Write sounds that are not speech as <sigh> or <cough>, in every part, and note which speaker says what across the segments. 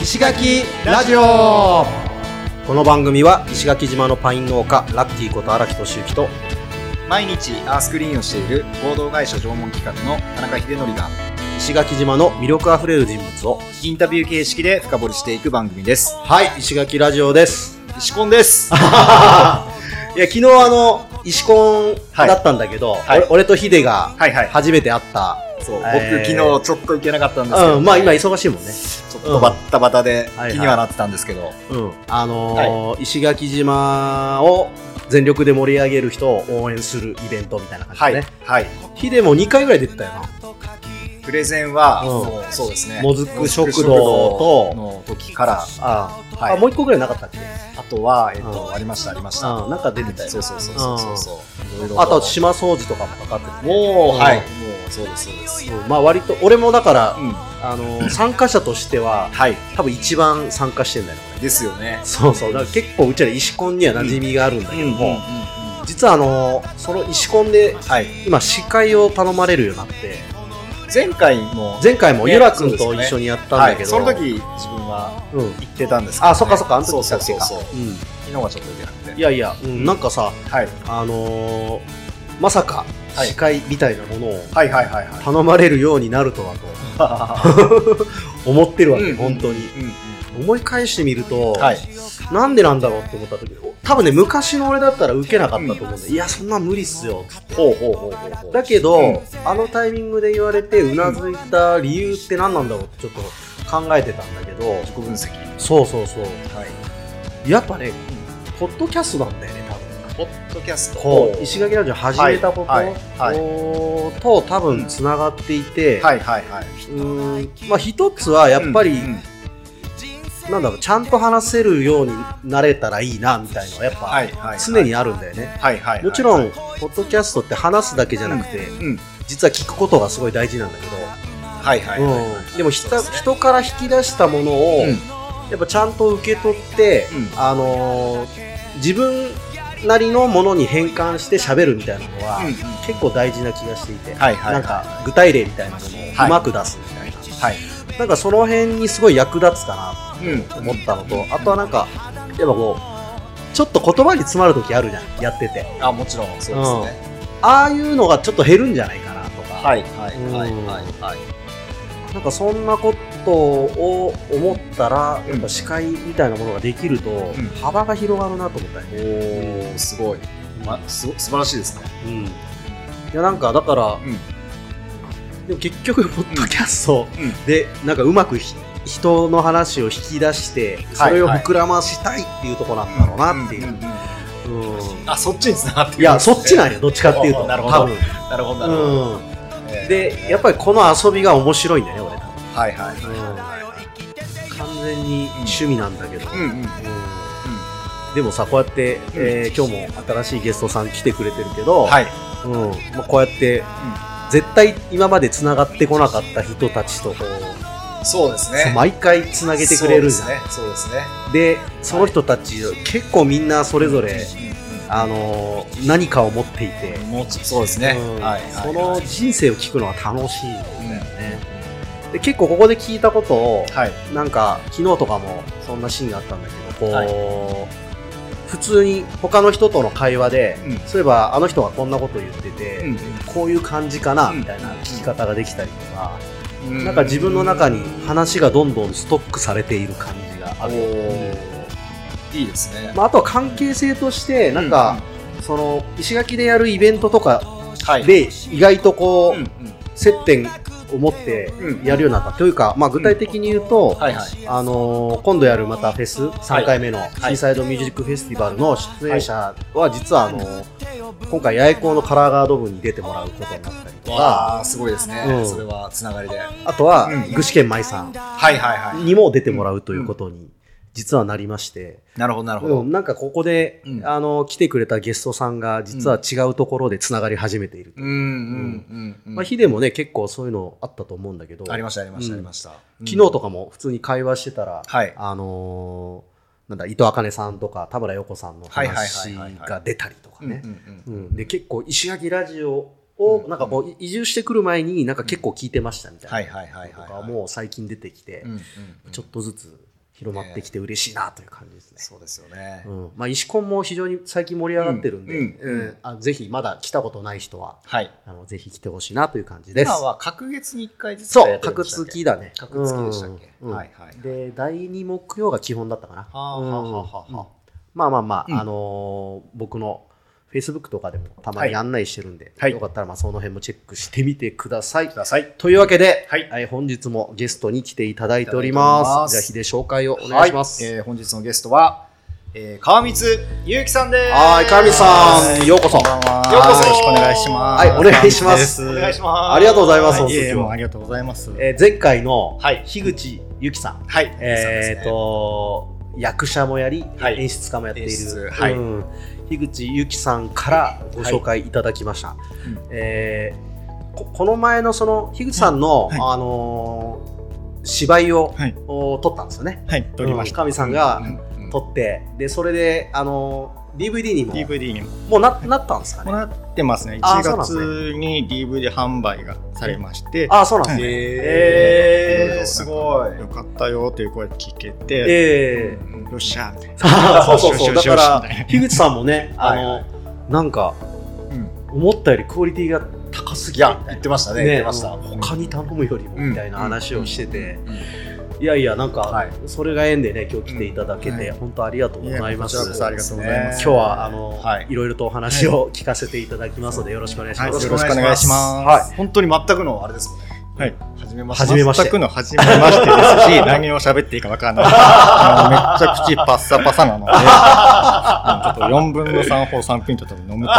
Speaker 1: 石垣ラジオ
Speaker 2: この番組は石垣島のパイン農家ラッキーこと荒木俊之と
Speaker 3: 毎日アースクリーンをしている合同会社縄文企画の田中秀則が
Speaker 2: 石垣島の魅力あふれる人物を
Speaker 3: インタビュー形式で深掘りしていく番組です。
Speaker 2: はい石垣ラジオ <laughs> です
Speaker 3: 石コンで
Speaker 2: い
Speaker 3: す。
Speaker 2: や昨日あの石コンだったんだけど、
Speaker 3: はい
Speaker 2: 俺俺とヒデが
Speaker 3: はいはい。
Speaker 2: 初めて会った、
Speaker 3: そう、僕、
Speaker 2: えー
Speaker 3: 昨日ちょっと行けなかったんですけど、
Speaker 2: うんまあ今忙しいもんね
Speaker 3: ちょっとバッタバタで
Speaker 2: はいはい
Speaker 3: 気にはなってたんですけど、
Speaker 2: うんあのー石垣島を全力で盛り上げる人を応援するイベントみたいな感じ
Speaker 3: はい、
Speaker 2: でね、
Speaker 3: はい。
Speaker 2: ヒデも2回ぐらい出てたよな
Speaker 3: プレゼンは、
Speaker 2: うん
Speaker 3: そうそうですね。
Speaker 2: もずく食堂と
Speaker 3: の時から、
Speaker 2: ああ、
Speaker 3: はい
Speaker 2: あもう一個ぐらいなかったっけ
Speaker 3: あとは、えっ
Speaker 2: う
Speaker 3: と、ありました、ありました。
Speaker 2: うんなんか出てたよね
Speaker 3: そうそうそうそうそうそう。いろいろ
Speaker 2: あと島掃除とかもかかってるね
Speaker 3: お
Speaker 2: う
Speaker 3: ー、
Speaker 2: ん
Speaker 3: はい。もう、そうです、そうです。
Speaker 2: うんまあ割と俺もだから、
Speaker 3: うん。
Speaker 2: あのー参加者としては
Speaker 3: はい。
Speaker 2: 多分一番参加してんだよね
Speaker 3: ですよね。
Speaker 2: そうそうだから結構うちら石コンには馴染みがあるんだけども、
Speaker 3: んは
Speaker 2: 実はあのーその石コンで
Speaker 3: い。
Speaker 2: 今司会を頼まれるようになって
Speaker 3: 前回も、
Speaker 2: 前回も
Speaker 3: ね
Speaker 2: ゆらくん
Speaker 3: そ
Speaker 2: と
Speaker 3: うです
Speaker 2: 一
Speaker 3: よ
Speaker 2: 緒にやったんだけど、
Speaker 3: はい、その時、自分は
Speaker 2: うん、
Speaker 3: 行ってたんですけどね、
Speaker 2: あそっかそっかあの時
Speaker 3: そ
Speaker 2: だ
Speaker 3: う
Speaker 2: っ
Speaker 3: そ
Speaker 2: け
Speaker 3: う
Speaker 2: か
Speaker 3: そう。
Speaker 2: う
Speaker 3: 昨日はちょっと行けなく
Speaker 2: ん、い
Speaker 3: て。
Speaker 2: やいや、うん、なんかさ
Speaker 3: はい。
Speaker 2: あのーまさか
Speaker 3: はい
Speaker 2: 司会みたいなものを
Speaker 3: はいはいはいはい。
Speaker 2: 頼まれるようになるとはと、 <laughs> 思ってるわけ、本当に、
Speaker 3: うんうん
Speaker 2: 思い返してみると、
Speaker 3: はい。
Speaker 2: なんでなんだろうって思った時多分ね昔の俺だったら受けなかったと思うんで、いやそんな無理っすよ
Speaker 3: ほうほうほうほうほう。
Speaker 2: だけど、
Speaker 3: うん
Speaker 2: あのタイミングで言われてうなずいた理由って何なんだろうってちょっと考えてたんだけど、
Speaker 3: 自己分析。
Speaker 2: そうそうそう
Speaker 3: はい。
Speaker 2: やっぱねポッドキャストなんだよね多分
Speaker 3: ポッドキャスト。
Speaker 2: こう石垣ラジオ始めたこと、
Speaker 3: はいはい
Speaker 2: と多分つながっていて、
Speaker 3: はいはいはい。
Speaker 2: うーんまあ一つはやっぱり、
Speaker 3: うんうん
Speaker 2: なんだろうちゃんと話せるようになれたらいいなみたいなのはやっぱ、
Speaker 3: はいはい。
Speaker 2: 常。にあるんだよね、
Speaker 3: はいはい。
Speaker 2: もちろん、ポッドキャストって話すだけじゃなくて、
Speaker 3: うん。
Speaker 2: 実は聞くことがすごい大事なんだけど、
Speaker 3: はいはい。
Speaker 2: うん、でもひた
Speaker 3: そうですね
Speaker 2: 人から引き出したものを、
Speaker 3: うん
Speaker 2: やっぱちゃんと受け取って、
Speaker 3: う
Speaker 2: あのー自分なりのものに変換して喋るみたいなのは、
Speaker 3: うんうん
Speaker 2: 結構大事な気がしていて、
Speaker 3: はいはい
Speaker 2: なんか具体例みたいなものをうまく出すみたいな、
Speaker 3: はい。
Speaker 2: なんかその辺にすごい役立つかな
Speaker 3: うん。
Speaker 2: と思ったのと、あとはなんかやっぱこうちょっと言葉に詰まる時あるじゃんやってて。
Speaker 3: あ、もちろん、そうですね。
Speaker 2: ああいうのがちょっと減るんじゃないかなとか、
Speaker 3: はいはい
Speaker 2: うん
Speaker 3: はいはいはい。
Speaker 2: なんかそんなことを思ったら、
Speaker 3: うん
Speaker 2: やっぱ司会みたいなものができると、
Speaker 3: ん
Speaker 2: 幅が広がるなと思ったよね。
Speaker 3: おー、すごい。ま、す、素晴らしいですね。
Speaker 2: うんいやなんかだから、
Speaker 3: う
Speaker 2: でも結局、ポッドキャスト
Speaker 3: うん
Speaker 2: で、なんかうまくひ人の話を引き出して、それを
Speaker 3: はい
Speaker 2: 膨らましたいっていうところなんだろうなっていう。
Speaker 3: んんん
Speaker 2: うん
Speaker 3: あ、そっちに繋がってるんですね
Speaker 2: いや、そっちなんよ、どっちかっていうと。
Speaker 3: おーなるほど
Speaker 2: 多分
Speaker 3: なるほど、なるほど。
Speaker 2: うん、
Speaker 3: えー
Speaker 2: で、やっぱりこの遊びが面白いんだよね、俺。
Speaker 3: はいはい。
Speaker 2: うん完全に趣味なんだけど、
Speaker 3: うんうん。
Speaker 2: でもさこうやって、えー今日も新しいゲストさん来てくれてるけど、
Speaker 3: はい。
Speaker 2: うんもうこうやって、絶対今までつながってこなかった人たちとこう、
Speaker 3: そうですね。
Speaker 2: 毎回つなげてくれるじゃん
Speaker 3: そうですね。そうですね。
Speaker 2: でその人たち、結構みんなそれぞれ、あのー何かを持っていて、
Speaker 3: もうちょそうですね。
Speaker 2: うん
Speaker 3: はい。
Speaker 2: その人生を聞くのは楽しいんだよ
Speaker 3: うん
Speaker 2: ね、で結構ここで聞いたことを、
Speaker 3: はい。
Speaker 2: なんか昨日とかもそんなシーンがあったんだけどこう、
Speaker 3: は
Speaker 2: 普通に他の人との会話で、
Speaker 3: うん
Speaker 2: そういえばあの人がこんなこと言ってて、
Speaker 3: うん
Speaker 2: こういう感じかな
Speaker 3: うん
Speaker 2: みたいな聞き方ができたりとか、
Speaker 3: う
Speaker 2: なんか自分の中
Speaker 3: に。
Speaker 2: に話がどんどんストックされている感じが
Speaker 3: お
Speaker 2: ある、
Speaker 3: ーいいですね。
Speaker 2: まあ、あとは関係性としてなんか、その石垣でやるイベントとか
Speaker 3: はい。
Speaker 2: で意外とこ
Speaker 3: う
Speaker 2: う、
Speaker 3: ん
Speaker 2: 接点を持って
Speaker 3: うん
Speaker 2: やるようになった、というか、まあ、具体的に言うと、
Speaker 3: はいはい。
Speaker 2: あのー今度やるまたフェス3回目のシーサイドミュージックフェスティバルの出演者は実はあのー今回八重子のカラーガード部に出てもらうことになったりとか
Speaker 3: わあ、すごいですね。
Speaker 2: うん
Speaker 3: それはつながりで。はい
Speaker 2: あとは
Speaker 3: うん
Speaker 2: 具志堅舞さん
Speaker 3: はいは
Speaker 2: にも出てもらうということに実はなりまして、
Speaker 3: い。なるほどなるほ
Speaker 2: う
Speaker 3: ど。
Speaker 2: ん、なんかここで、
Speaker 3: うん
Speaker 2: あのー来てくれたゲストさんが実は違うところでつながり始めている、
Speaker 3: うんうんうんうん。
Speaker 2: まあ、ヒデもね結構そういうのあったと思うんだけど
Speaker 3: ありましたありまし
Speaker 2: うん
Speaker 3: たありました。
Speaker 2: 昨日とかも普通に会話してたら、
Speaker 3: はい
Speaker 2: あのーなんだ伊藤茜さんとか田村陽子さんの
Speaker 3: はいはいは
Speaker 2: 話
Speaker 3: いはいはい
Speaker 2: が出たりとか
Speaker 3: うんうん
Speaker 2: ね
Speaker 3: う。ん。
Speaker 2: うんで結構石垣ラジオ
Speaker 3: う
Speaker 2: を
Speaker 3: ん
Speaker 2: なんかこうい移住してくる前になんか結構聞いてましたみた
Speaker 3: はい
Speaker 2: い
Speaker 3: はいは
Speaker 2: ないと
Speaker 3: はい
Speaker 2: か
Speaker 3: はい。
Speaker 2: もう最近出てきて
Speaker 3: うんうんうん
Speaker 2: ちょっとずつ広まってきて嬉しいなという感じですね。
Speaker 3: そうですよね
Speaker 2: う。んまあ、石コンも非常に最近盛り上がってるんで、
Speaker 3: うんうん
Speaker 2: うんあぜひまだ来たことない人は
Speaker 3: はい。
Speaker 2: あのぜひ来てほしいなという感じです。
Speaker 3: 今は隔月に1回ずつ
Speaker 2: そ
Speaker 3: や
Speaker 2: う、
Speaker 3: ってるん
Speaker 2: 格
Speaker 3: でしたっ
Speaker 2: 付
Speaker 3: け
Speaker 2: きだね。
Speaker 3: 格付きでしたっけ、
Speaker 2: うんうん
Speaker 3: はいはい。
Speaker 2: で、第2木曜が基本だったかな。
Speaker 3: はあ
Speaker 2: うん
Speaker 3: はあはあはあ
Speaker 2: まあまあまあ、
Speaker 3: うん
Speaker 2: あのー僕の Facebook とかでもたまに案内してるんで、
Speaker 3: はい
Speaker 2: よかったらまあその辺もチェックしてみてください。
Speaker 3: ください。
Speaker 2: というわけで、
Speaker 3: はい
Speaker 2: えー本日もゲストに来ていただいております。
Speaker 3: いただいております
Speaker 2: じゃあ、ヒデ紹介をお願いします。
Speaker 3: は
Speaker 2: はい
Speaker 3: えー本日のゲストは、えー、川光ゆうきさんです。
Speaker 2: はい川光さんようこそ
Speaker 3: んばんは
Speaker 4: ようこそ
Speaker 3: よろしくお願いします。
Speaker 2: い、お願いします。
Speaker 3: お願いします。
Speaker 2: ありがとうございます。
Speaker 4: はい、いえいえ
Speaker 2: 本
Speaker 4: も
Speaker 2: 日
Speaker 4: うあ
Speaker 2: は
Speaker 4: りがとうございます。
Speaker 2: えー前回の
Speaker 3: はい
Speaker 2: 樋口由紀さん、
Speaker 3: はい。
Speaker 2: えー、
Speaker 3: そ
Speaker 2: と
Speaker 3: う
Speaker 2: 役者もやり、
Speaker 3: はい
Speaker 2: 演出家もやってい
Speaker 3: 演出
Speaker 2: る、
Speaker 3: はい
Speaker 2: うん樋口由紀さんからご紹介いただきました、
Speaker 3: うん
Speaker 2: えーここの前のその樋口さんの、
Speaker 4: はい
Speaker 2: あのー芝居を、
Speaker 4: はい
Speaker 2: お撮ったんですよね
Speaker 4: はい、撮りました。
Speaker 2: 神さん
Speaker 3: です
Speaker 2: が
Speaker 3: ねうんうん
Speaker 2: 撮ってでそれで、あのー DVD にも
Speaker 4: DVD にも
Speaker 2: もうななったんですかね
Speaker 4: もらってますね。
Speaker 2: あー
Speaker 4: 1
Speaker 2: そうなんですね
Speaker 4: 月に DVD 販売がされまして、
Speaker 2: ああそうなんですね、
Speaker 3: えー、すごい。
Speaker 4: よかったよという声聞け
Speaker 2: え
Speaker 4: て、
Speaker 2: え
Speaker 4: うんよっしゃーみたいな。
Speaker 2: <laughs> そうそうそう
Speaker 4: よ
Speaker 2: だ
Speaker 4: し
Speaker 2: か
Speaker 4: よしよしよし
Speaker 2: ら
Speaker 4: みたいな
Speaker 2: 樋口さんもねあの、
Speaker 3: はいはい
Speaker 2: なんか
Speaker 3: うん
Speaker 2: 思ったよりクオリティが高す
Speaker 3: い
Speaker 2: ぎる
Speaker 3: や、言ってましたね。言ってました。
Speaker 2: あの他に頼むよりも
Speaker 3: うん
Speaker 2: みたいな話をしてて、
Speaker 3: うん
Speaker 2: いやいやなんか、
Speaker 3: はい
Speaker 2: それが縁でね今日来ていただけて、
Speaker 4: うんはい
Speaker 2: 本当ありがとうございます
Speaker 4: いやこちらこそありがとうございま
Speaker 2: 今
Speaker 4: す
Speaker 2: 日はあの、
Speaker 4: はいい、
Speaker 2: ろいろとお話を聞かせていただきますのでよろしくお願いし
Speaker 4: はい、
Speaker 2: ま
Speaker 4: よろ
Speaker 2: す、
Speaker 4: しくお願いします。
Speaker 3: はい、本当に全くのあれですもんね。
Speaker 4: はい、
Speaker 3: 初めま
Speaker 2: 初めまして
Speaker 4: 全くの初めましてですし、何を喋っていいかわからない。あのめっちゃ口パッサパサなので、あのちょっと4分の3法3ピンと多分飲むと、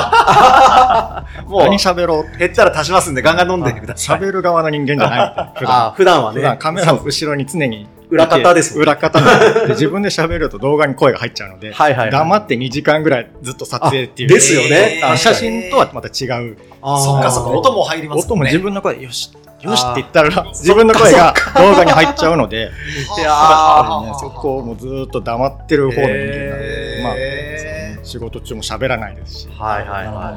Speaker 3: もう
Speaker 4: 何喋ろうって
Speaker 3: 減ったら足しますんで、ガンガン飲んでください。
Speaker 4: 喋る側の人間じゃないみたいな普段
Speaker 2: あ普段は
Speaker 4: 普段
Speaker 2: ね
Speaker 4: カメラの後ろに常に
Speaker 2: 裏方ですもん
Speaker 4: 裏方なんでで自分で喋ると動画に声が入っちゃうので、
Speaker 2: はいはい、
Speaker 4: 黙って2時間ぐらいずっと撮影ってい
Speaker 2: あ
Speaker 4: う
Speaker 2: ですよね
Speaker 4: あの
Speaker 2: 確か
Speaker 4: 写
Speaker 2: に
Speaker 4: 真とはまた違う
Speaker 2: あー
Speaker 3: そっかそっか、音も入ります
Speaker 4: 音
Speaker 3: ん
Speaker 4: も
Speaker 3: ね。
Speaker 4: 自分の声でよしよしって言ったら自分の声が動画に入っちゃうので
Speaker 2: いや
Speaker 4: あのねそこをもうずっと黙ってる方の人間なんで、
Speaker 3: へー
Speaker 4: まあ、仕事中も喋らないですし
Speaker 2: ーはいはい
Speaker 3: なるほ
Speaker 2: は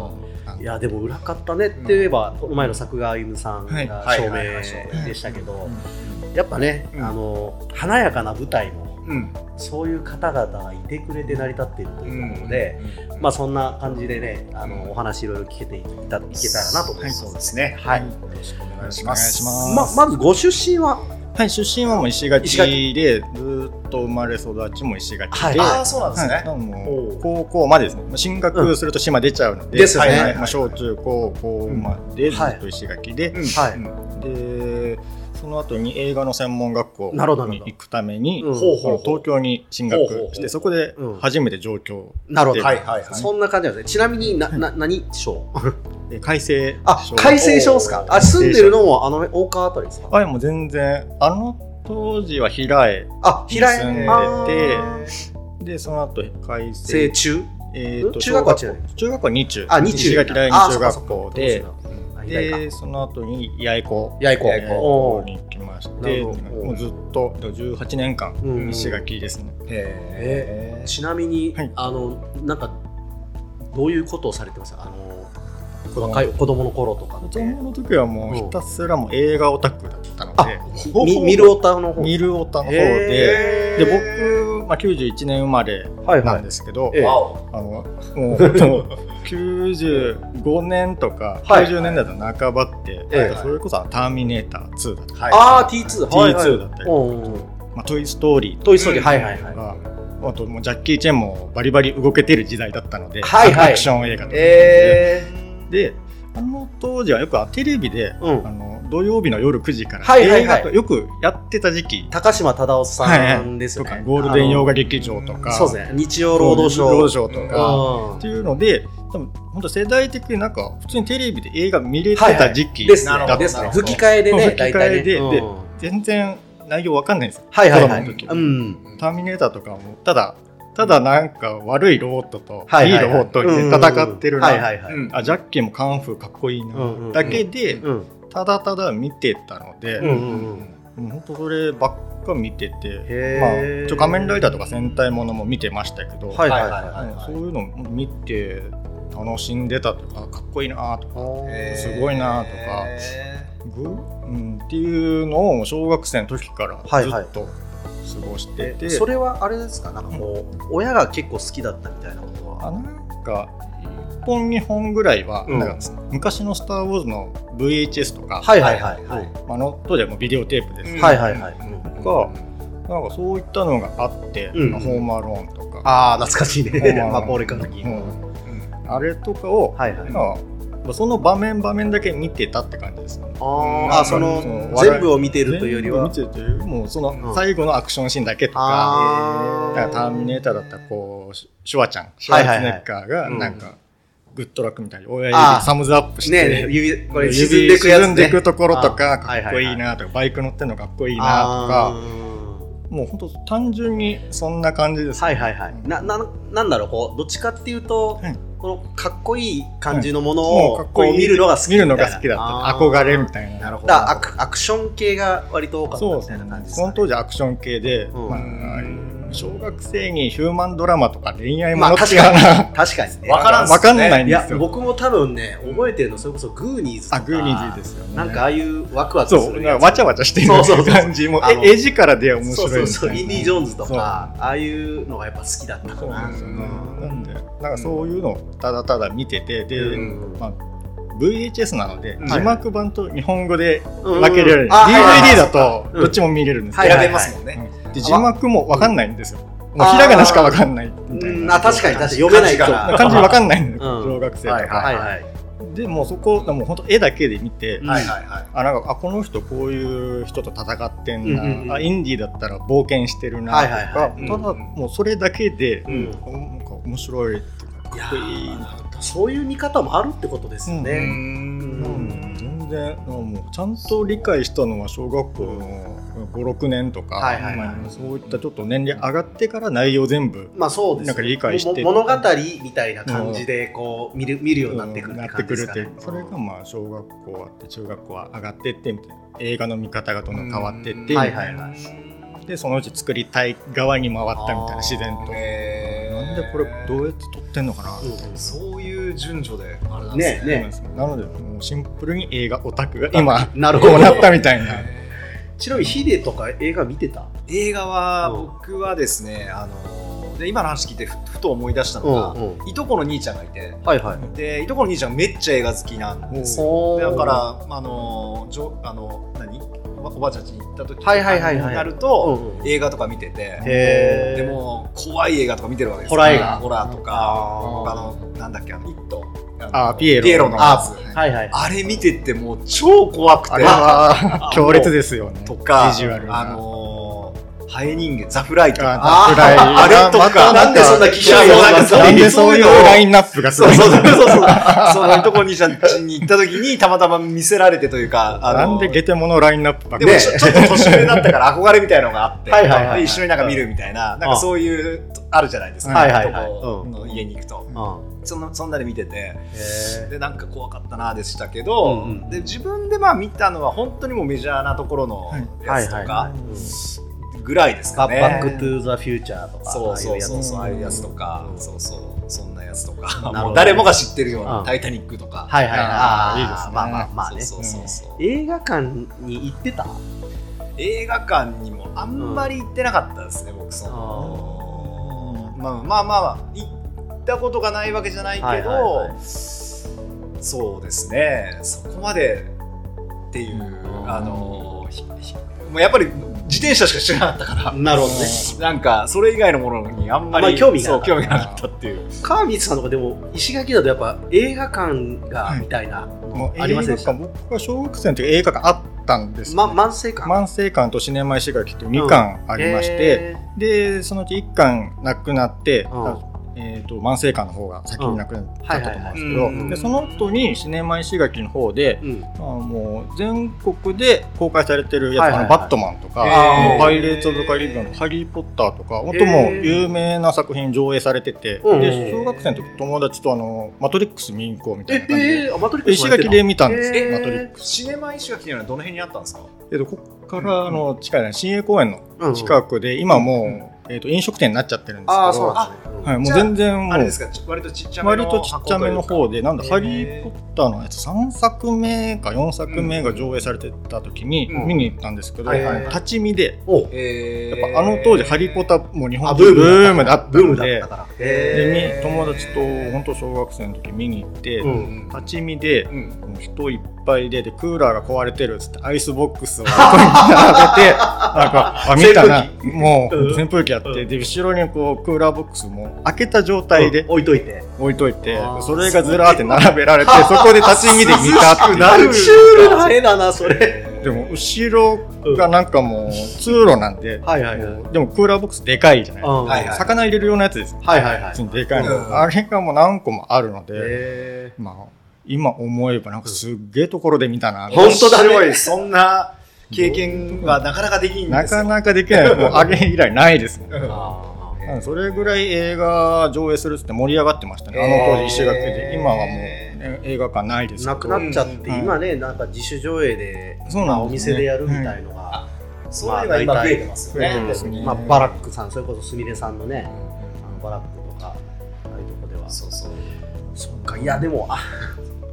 Speaker 3: ど
Speaker 2: いいやでも裏方ねって言えば、この前の作画歩夢さん
Speaker 4: はい
Speaker 2: が
Speaker 3: はい
Speaker 2: 照
Speaker 3: はいはい照
Speaker 2: 明
Speaker 4: 明
Speaker 2: でしたけど、
Speaker 3: う
Speaker 2: やっぱね、
Speaker 3: うん
Speaker 2: あの華やかな舞台も
Speaker 3: うん。
Speaker 2: そういう方々がいてくれて成り立っているということで、
Speaker 3: うん、
Speaker 2: まあそんな感じでね、あ
Speaker 3: うん
Speaker 2: のお話いろいろ聞けていたいけたらなと思います。
Speaker 3: そうですね。
Speaker 2: はい。
Speaker 3: よろしくお
Speaker 4: お
Speaker 3: 願
Speaker 4: 願
Speaker 3: い
Speaker 4: い
Speaker 3: し
Speaker 4: し
Speaker 3: ま。
Speaker 4: ますす
Speaker 2: ままずご出身は、
Speaker 4: はい、出身はもう石
Speaker 2: 石
Speaker 4: 垣でずっと生まれ育ちも石垣で、
Speaker 2: はい
Speaker 4: は
Speaker 3: ああ、そうなんです
Speaker 4: い
Speaker 3: ね。
Speaker 4: も
Speaker 2: おう
Speaker 4: う高校までですねまあ進学すると島出ちゃうので、
Speaker 2: ですよね
Speaker 4: はいはいまあ、小中高校までずっと石垣で、
Speaker 3: うん
Speaker 2: はい。
Speaker 3: うん
Speaker 4: でその後に映画の専門学校
Speaker 2: なるほどなる
Speaker 4: に
Speaker 2: ほど
Speaker 4: 行くために、
Speaker 2: うん
Speaker 3: ほうほうほう
Speaker 4: 東京に進学して
Speaker 3: ほうほうほう
Speaker 4: そこで
Speaker 2: うん
Speaker 4: 初めて上京、
Speaker 2: なるほど。
Speaker 3: はいはいはい。
Speaker 2: そんな感じなんですね。ちなみになな何省？
Speaker 4: で改正
Speaker 2: あ改正省ですか。あ住んでるのもあの大川あたりですか。
Speaker 4: あいやもう全然あの当時は平江
Speaker 2: あ平
Speaker 4: 住んで
Speaker 2: 井
Speaker 4: て
Speaker 2: あ
Speaker 4: でその後改
Speaker 2: ー成
Speaker 4: 正
Speaker 2: 中
Speaker 4: え
Speaker 2: ん中学校は違う
Speaker 4: 中学校は2中
Speaker 2: あ二中
Speaker 4: 石垣第二中
Speaker 2: あそ
Speaker 4: 学校で
Speaker 2: っかそっかどうすんだあ左か
Speaker 4: でその後に八重子
Speaker 2: 八重子おー
Speaker 4: に行きまし
Speaker 2: なる
Speaker 4: て
Speaker 2: ほど
Speaker 4: もうずっと18年間
Speaker 2: うん
Speaker 4: 石垣ですね、
Speaker 3: へえ。
Speaker 2: ちなみに、
Speaker 4: はい
Speaker 2: あのなんかどういうことをされてますか。あの若い子供の頃とか
Speaker 4: 子
Speaker 2: って。
Speaker 4: 供の時はもうひたすらもう映画オタクだったので、
Speaker 2: み見るオタの方。
Speaker 4: 見るオタの方で、
Speaker 2: へ
Speaker 4: で僕、まあ、91年生まれ
Speaker 2: はい
Speaker 4: な
Speaker 2: は
Speaker 4: ん
Speaker 2: い。
Speaker 4: ですけど、
Speaker 2: ええ
Speaker 3: わお。
Speaker 4: あのもう <laughs> でも95年とか
Speaker 2: はい
Speaker 4: 90年代の半ばって、
Speaker 2: ええ
Speaker 4: それこそ「ターミネーター2」だとか、
Speaker 3: はい
Speaker 2: ああ T2 はいはい
Speaker 4: T2 だったり
Speaker 2: うんうんうん。
Speaker 4: まあ「トイ・ストーリー」と
Speaker 2: トイストーリーはいはいはい。
Speaker 4: か、あともうジャッキー・チェンもバリバリ動けてる時代だったので、
Speaker 2: はいはい
Speaker 4: アクション映画とかで、
Speaker 2: え
Speaker 4: であの当時はよくテレビで、
Speaker 2: えー。う
Speaker 4: あ
Speaker 2: ん。
Speaker 4: の土曜日の夜9時から
Speaker 2: はいはい
Speaker 4: 映
Speaker 2: はい
Speaker 4: 画とよくやってた時期
Speaker 2: 高島忠夫さんです
Speaker 4: と
Speaker 2: よ
Speaker 4: か
Speaker 2: ね。
Speaker 4: ゴールデン洋画劇場と
Speaker 2: あ
Speaker 4: か
Speaker 2: のそうですね。日曜労働省。
Speaker 4: 労働省とか
Speaker 2: うん
Speaker 4: っていうので多分本当世代的になんか普通にテレビで映画見れて
Speaker 2: はいは
Speaker 4: た
Speaker 2: い
Speaker 4: 時期
Speaker 2: です
Speaker 3: なる
Speaker 2: ね。
Speaker 3: ほ
Speaker 4: だ
Speaker 3: ど
Speaker 4: っ
Speaker 2: で
Speaker 4: た
Speaker 2: す
Speaker 4: ん
Speaker 2: ね。
Speaker 4: ですよ
Speaker 2: 吹き替えで
Speaker 4: そう
Speaker 2: ね
Speaker 4: 吹、き
Speaker 2: 大
Speaker 4: 替え
Speaker 2: 体
Speaker 4: で
Speaker 2: ね。
Speaker 4: で
Speaker 2: うん
Speaker 4: 全然内容わかんないんですよ
Speaker 2: はいはい
Speaker 4: 子
Speaker 2: は
Speaker 4: 供
Speaker 2: い。
Speaker 4: の時
Speaker 2: うん。
Speaker 4: ターミネーターとかもただただなんか悪いロボットと
Speaker 2: はい
Speaker 4: いい
Speaker 2: はい
Speaker 4: ロボットで戦ってる
Speaker 2: はい
Speaker 4: な
Speaker 2: はいはい。
Speaker 3: うん
Speaker 4: あジャッキーもカンフーかっこいい
Speaker 2: うんうんう
Speaker 4: なんだけで
Speaker 2: うん。
Speaker 4: ただただ見てたので、
Speaker 2: うんうんうん。
Speaker 4: もう本当そればっか見てて、ま
Speaker 2: へー
Speaker 4: あ、ちょ仮面ライダーとか戦隊ものも見てましたけど、
Speaker 2: はいはい
Speaker 3: はい
Speaker 2: は
Speaker 3: はい
Speaker 2: い。
Speaker 4: うんそういうのも見て楽しんでたとかかっこいいなとか
Speaker 2: へ
Speaker 4: すごいなとか
Speaker 3: へ
Speaker 4: ぐ、うん、っていうのを小学生の時から
Speaker 2: はい
Speaker 4: ず
Speaker 2: はい
Speaker 4: っと過ごしてて、
Speaker 2: それはあれですかなんかこう、親が結構好きだったみたいなことは
Speaker 4: あなんか1本2本ぐらいは、
Speaker 2: うん
Speaker 4: なんか昔の「スター・ウォーズ」の VHS とか、
Speaker 2: はいはいはいはい、
Speaker 4: あの当時はもうビデオテープです、
Speaker 3: うん
Speaker 2: はいはいはい、
Speaker 4: とかなんかそういったのがあって「
Speaker 2: うん
Speaker 4: まあホームアローン」とか、
Speaker 2: ああ懐かしいね
Speaker 4: うん
Speaker 2: マポーレカの銀
Speaker 4: うんあれとかを、
Speaker 2: はいはい
Speaker 4: まあその場面場面だけ見てたって感じですね。
Speaker 2: あ
Speaker 4: ー
Speaker 2: あその
Speaker 4: うん
Speaker 2: 全部を見ているというよりは
Speaker 4: 全部見ててもうそ
Speaker 2: うん
Speaker 4: の最後のアクションシーンだけとか、
Speaker 2: あ
Speaker 4: だからターミネーターだったらこうシュシュワちゃんシュワ
Speaker 2: はい
Speaker 4: ルツ
Speaker 2: はいはい
Speaker 4: ェネッカーが
Speaker 2: うん
Speaker 4: なんか、グッドラックみたいに親
Speaker 2: あ
Speaker 4: 指
Speaker 2: ー
Speaker 4: サムズアップして、
Speaker 2: ね指これ
Speaker 4: 指
Speaker 2: 沈んでいくやつ、ね、
Speaker 4: 沈んでいくところとか
Speaker 2: あは
Speaker 4: か
Speaker 2: い
Speaker 4: っ
Speaker 2: はい
Speaker 4: こ
Speaker 2: はい
Speaker 4: いいなとかバイク乗ってんのかっこいい
Speaker 2: い
Speaker 4: なとかもう本当単純にそんな感じです、
Speaker 2: はいはいはいなななんだろうこうどっちかっていうと、
Speaker 4: はい
Speaker 2: このかっこいい感じのもの
Speaker 4: も
Speaker 2: を、
Speaker 4: うかっ
Speaker 2: こ
Speaker 4: こ
Speaker 2: う
Speaker 4: いい
Speaker 2: 見るのが好き
Speaker 4: 見
Speaker 2: みた
Speaker 4: る
Speaker 2: いな
Speaker 4: のが好きだった憧れみたいな
Speaker 3: なるほど。
Speaker 2: だからアクアクション系が割と多かった
Speaker 4: そう
Speaker 2: み
Speaker 4: です
Speaker 2: たいな感
Speaker 4: ね
Speaker 2: じです
Speaker 4: そ
Speaker 2: か
Speaker 4: の当時アクション系で、
Speaker 2: うん
Speaker 4: まあああいう小学生にヒューマンドラマとか恋愛もの
Speaker 2: まあ
Speaker 4: っていうのはな
Speaker 2: 確かにね
Speaker 3: わからんっすね
Speaker 4: わかんないん
Speaker 2: い
Speaker 4: で
Speaker 2: や
Speaker 4: すよ
Speaker 2: 僕も多分ね覚えてるのそれこそグーニーズとか
Speaker 4: あグーニーズですよね
Speaker 2: なんかああいうワクワクす
Speaker 4: そ
Speaker 2: る
Speaker 4: う、
Speaker 2: や
Speaker 4: なん
Speaker 2: つ
Speaker 4: かわちゃわちゃしてる
Speaker 2: そうそうそう
Speaker 4: 感じも、
Speaker 2: あの
Speaker 4: え絵力で面白いみた
Speaker 2: そ
Speaker 4: いうな。
Speaker 2: そうそうインディ・ジョーンズと
Speaker 4: そう
Speaker 2: かああいうのがやっぱ好きだったか
Speaker 4: そうなん
Speaker 2: な
Speaker 4: ですよね。なんで、なんかそういうのをただただ見てて、で、
Speaker 2: うん
Speaker 4: まあ、VHS なので
Speaker 2: うん、
Speaker 4: 字幕版と日本語で
Speaker 2: うん
Speaker 4: 分けられる。
Speaker 2: あはいはい
Speaker 4: DVD だと
Speaker 2: うん
Speaker 4: どっちも見れるんです
Speaker 2: は
Speaker 4: け
Speaker 2: い
Speaker 4: ど
Speaker 2: は
Speaker 3: 選
Speaker 2: い
Speaker 3: べますもんね。
Speaker 4: うんで、字幕も分かんないんですよ。もうひらがなしか分かんないみたい
Speaker 2: うん
Speaker 4: な。
Speaker 2: あ確かに確かに読めないから
Speaker 4: 漢字分かんないんです
Speaker 2: う
Speaker 4: よ、
Speaker 2: ん
Speaker 4: 小学生と
Speaker 3: はい
Speaker 4: か。
Speaker 2: はいはい
Speaker 4: で、もうそこ、もう本当絵だけで見て、
Speaker 2: うん
Speaker 3: はいはいはい。
Speaker 4: あなんかあこの人こういう人と戦ってんな、
Speaker 2: うんうんうん
Speaker 4: あインディーだったら冒険してるな
Speaker 2: は
Speaker 4: と
Speaker 2: い
Speaker 4: か、
Speaker 2: はいはい
Speaker 3: うん
Speaker 4: ただもうそれだけで、
Speaker 2: うん
Speaker 4: おなんか面白いとかかっこいい
Speaker 2: いやーそういう見方もあるってことですよ
Speaker 4: う
Speaker 2: ね
Speaker 4: うん全然なんかもうちゃんと理解したのは小学校の56年とか、
Speaker 2: はいはいはい
Speaker 4: まあそういったちょっと年齢上がってから内容全部
Speaker 2: まあそうです
Speaker 4: なんか理解して
Speaker 2: もも物語みたいな感じでこう見る見るようになってくるって感じですかね
Speaker 4: なってくるってそれがまあ小学校あって中学校は上がってってみたいな映画の見方がどんどん変わってってみたいな
Speaker 2: はいはいはい
Speaker 4: でそのうち作りたい側に回ったみたいな
Speaker 2: あー
Speaker 4: 自然と、
Speaker 3: えー
Speaker 4: なんでこれどうやって撮ってんのかな、
Speaker 3: そういう順序であれなんです
Speaker 2: ね
Speaker 3: ね。
Speaker 2: ね
Speaker 4: なのでもうシンプルに映画オタクが今
Speaker 2: なるほ
Speaker 4: こ
Speaker 2: ど
Speaker 4: うなったみたいな
Speaker 2: ちなみにヒデとか映画見てた
Speaker 3: 映画は
Speaker 2: うん
Speaker 3: 僕はですね、あので今の話聞いてふふと思い出したのが、
Speaker 2: はい
Speaker 3: とこの兄ちゃんがいて、
Speaker 2: いはい
Speaker 3: でいとこの兄ちゃんめっちゃ映画好きなんですよ。だからあのじょあの何おおばあちゃん家に行った時とか
Speaker 2: はいはいはいはい
Speaker 3: になると、
Speaker 2: うんうん
Speaker 3: 映画とか見てて、
Speaker 2: へ
Speaker 3: で
Speaker 2: ー
Speaker 3: も怖い映画とか見てるわけです
Speaker 2: ホラー映画
Speaker 3: ホラーとか、あ
Speaker 2: あ
Speaker 3: のなんだっけあのイット
Speaker 4: あーピエロ
Speaker 3: ピエロのやつ。
Speaker 2: ーはいはい
Speaker 3: あれ見ててもう超怖くて
Speaker 4: あれは強烈ですよね
Speaker 3: とか
Speaker 4: ビジュアルが
Speaker 3: あのーハエ人間ザフライとか
Speaker 4: あーダッフライ
Speaker 3: あれとか
Speaker 4: また
Speaker 2: なんでそんな気象
Speaker 3: い
Speaker 2: 用
Speaker 3: やもうなんか
Speaker 4: なんでそういうラインナッ
Speaker 2: <laughs>
Speaker 4: プがす
Speaker 3: そ
Speaker 4: ご
Speaker 3: う
Speaker 4: い
Speaker 3: そうそうそうそうそういうとこにちゃんちに行った時にたまたま見せられてというかあ
Speaker 4: な
Speaker 3: の
Speaker 4: ん
Speaker 3: ー
Speaker 4: でゲテモノラインナップばっ
Speaker 3: で
Speaker 4: か
Speaker 3: も
Speaker 4: り
Speaker 2: ね
Speaker 3: ちょちょっと年上だったから憧れみたいのがあって
Speaker 2: はいはいはい
Speaker 3: 一緒になんか見るみたいななんかそういうとあるじゃないですか、
Speaker 2: はいはいはい
Speaker 3: とこの
Speaker 4: うん
Speaker 3: 家に行くと
Speaker 2: うん
Speaker 3: そのそんなで見てて
Speaker 2: へ
Speaker 3: でなんか怖かったなでしたけど、
Speaker 2: うんうん
Speaker 3: で自分でまあ見たのは本当にもうメジャーなところの
Speaker 2: ー
Speaker 3: や
Speaker 2: は
Speaker 3: つ
Speaker 2: い
Speaker 3: と
Speaker 2: はい
Speaker 3: か
Speaker 2: はいうん
Speaker 3: ぐらいですか
Speaker 2: バ
Speaker 3: ね。
Speaker 2: ックトゥーザフューチャーとか
Speaker 3: そうそうそうそう
Speaker 4: あ
Speaker 3: あ
Speaker 4: あ
Speaker 3: あ
Speaker 4: い
Speaker 3: いうう
Speaker 4: や
Speaker 3: や
Speaker 4: つ
Speaker 3: つとか、そうそうそんなやつとか、
Speaker 2: なるほど
Speaker 3: もう誰もが知ってるような
Speaker 2: うん
Speaker 3: 「タイタニック」とか、
Speaker 2: はいはいはい
Speaker 4: あー
Speaker 2: あー
Speaker 4: いいですね
Speaker 2: まあまあまあね
Speaker 3: そうそうそうそう
Speaker 2: 映画館に行ってた
Speaker 3: 映画館にもあんまり行ってなかったですね、僕そのまあまあまあ行ったことがないわけじゃないけど、
Speaker 2: はいはいは
Speaker 3: そうですねそこまでっていう、
Speaker 2: ん
Speaker 3: あのひひもうやっぱり自転車しか知らなかったから。
Speaker 2: なるほどね
Speaker 3: なんかそれ以外のものにあんまり
Speaker 2: あんまり興味がな
Speaker 3: そ
Speaker 2: か
Speaker 3: う
Speaker 2: った
Speaker 3: 興味がなかったっていう
Speaker 2: 川光さんとかでも石垣だとやっぱ映画館がみたいな、
Speaker 4: もう
Speaker 2: ありませんでした
Speaker 4: 映画館僕は小学生の時映画があったんですよ
Speaker 2: ま、慢性感
Speaker 4: 万世館とシネマ石垣という2巻ありまして、
Speaker 2: へー
Speaker 4: でそのうち1巻なくなって、
Speaker 2: うん
Speaker 4: えー、と万世館の方が先になくなったと思うんですけど、
Speaker 3: うんはいはいはいうん
Speaker 4: でその後にシネマ石垣の方で、
Speaker 2: うん、
Speaker 4: まあ、もう全国で公開されてるやつ、
Speaker 2: はいはいはい
Speaker 4: あのバットマンとか、
Speaker 3: へー
Speaker 4: もうパイレーツ・オブ・カリビアンの「ハリー・ポッター」とか本当もう有名な作品上映されてて、
Speaker 2: うん
Speaker 4: で小学生の時友達とあの「マトリックス」見に行こうみた
Speaker 2: え
Speaker 4: いな感じで、
Speaker 2: えー、あマトリックス
Speaker 4: 石垣で見たんです
Speaker 2: えー
Speaker 4: よ、マトリック
Speaker 3: シネマ石垣っていうのはどの辺にあったんですか
Speaker 4: ス。えっとこっからあの近いね新栄公園の近
Speaker 2: く
Speaker 4: くで今もう、えー、と飲食店になっちゃってるんですけど
Speaker 2: ああそうなんですね
Speaker 4: はい、もう全然も
Speaker 3: あれ
Speaker 4: う
Speaker 3: ですかちょ割とちっちゃめの
Speaker 4: 割とちっちゃめの方で、なんだ、
Speaker 3: へー
Speaker 4: ハリー・ポッターのやつ、3作目か4作目が上映されてた時に
Speaker 3: うん
Speaker 4: 見に行ったんですけど、
Speaker 3: はいはいはい
Speaker 4: 立ち見で、
Speaker 2: お
Speaker 3: え
Speaker 4: やっぱあの当時、ハリー・ポッターも日本
Speaker 2: あ
Speaker 4: で
Speaker 2: ブーム
Speaker 4: ブー
Speaker 2: だ
Speaker 4: ムだ
Speaker 2: っ
Speaker 4: ったた
Speaker 2: ブーム
Speaker 4: の
Speaker 2: だっ
Speaker 4: で
Speaker 2: た、から
Speaker 4: でみ友達と本当小学生の時見に行って、
Speaker 2: うん
Speaker 4: 立ち見で、
Speaker 3: うん
Speaker 4: 人いっぱいででクーラーが壊れてるっつってアイスボックスを横に並べて <laughs> なんかあ見たなもう扇風機やって、
Speaker 2: うん
Speaker 4: で後ろにこうクーラーボックスも開けた状態で
Speaker 2: うん置いといて
Speaker 4: 置いといて
Speaker 2: あー
Speaker 4: それがずらーって並べ
Speaker 2: <laughs>
Speaker 4: られてそこで立ち見で見たっていう
Speaker 2: ルシュールな絵だなそれ
Speaker 4: でも後ろがなんかもう通路なんで
Speaker 2: はいはいはい
Speaker 4: でもクーラーボックスでかいじゃない
Speaker 2: うん
Speaker 3: はいはい
Speaker 4: 魚入れるようなやつです
Speaker 2: はいはいはい
Speaker 4: 普通にでかいの、
Speaker 3: うん
Speaker 4: あれがもう何個もあるので、
Speaker 2: へ
Speaker 4: まあ今思えばなんかすっげえところで見たな、
Speaker 2: ほん本当だね
Speaker 3: 面白いそんな経験はなかなかできん
Speaker 4: な
Speaker 3: ですよ
Speaker 4: かなかできないもうあれ以来ないですね
Speaker 3: うん
Speaker 2: あー
Speaker 4: うんそれぐらい映画上映するっつって盛り上がってましたね、あの当時石垣で今はもう、ね映画館ないですけど
Speaker 2: なくなっちゃって、
Speaker 4: うん
Speaker 2: 今ねなんか自主上映で
Speaker 4: そう
Speaker 2: ま
Speaker 4: な
Speaker 2: あ
Speaker 4: ん
Speaker 2: お
Speaker 4: ですね
Speaker 2: 店でやるみたいのが、
Speaker 3: そういうのは今増えてますよ
Speaker 4: まあ大体
Speaker 3: ね
Speaker 4: うんですね
Speaker 2: まあ、バラックさんそれこそすみれさんのねあのバラックとかああいうとこでは
Speaker 3: そうそう
Speaker 2: そっかいやでもあ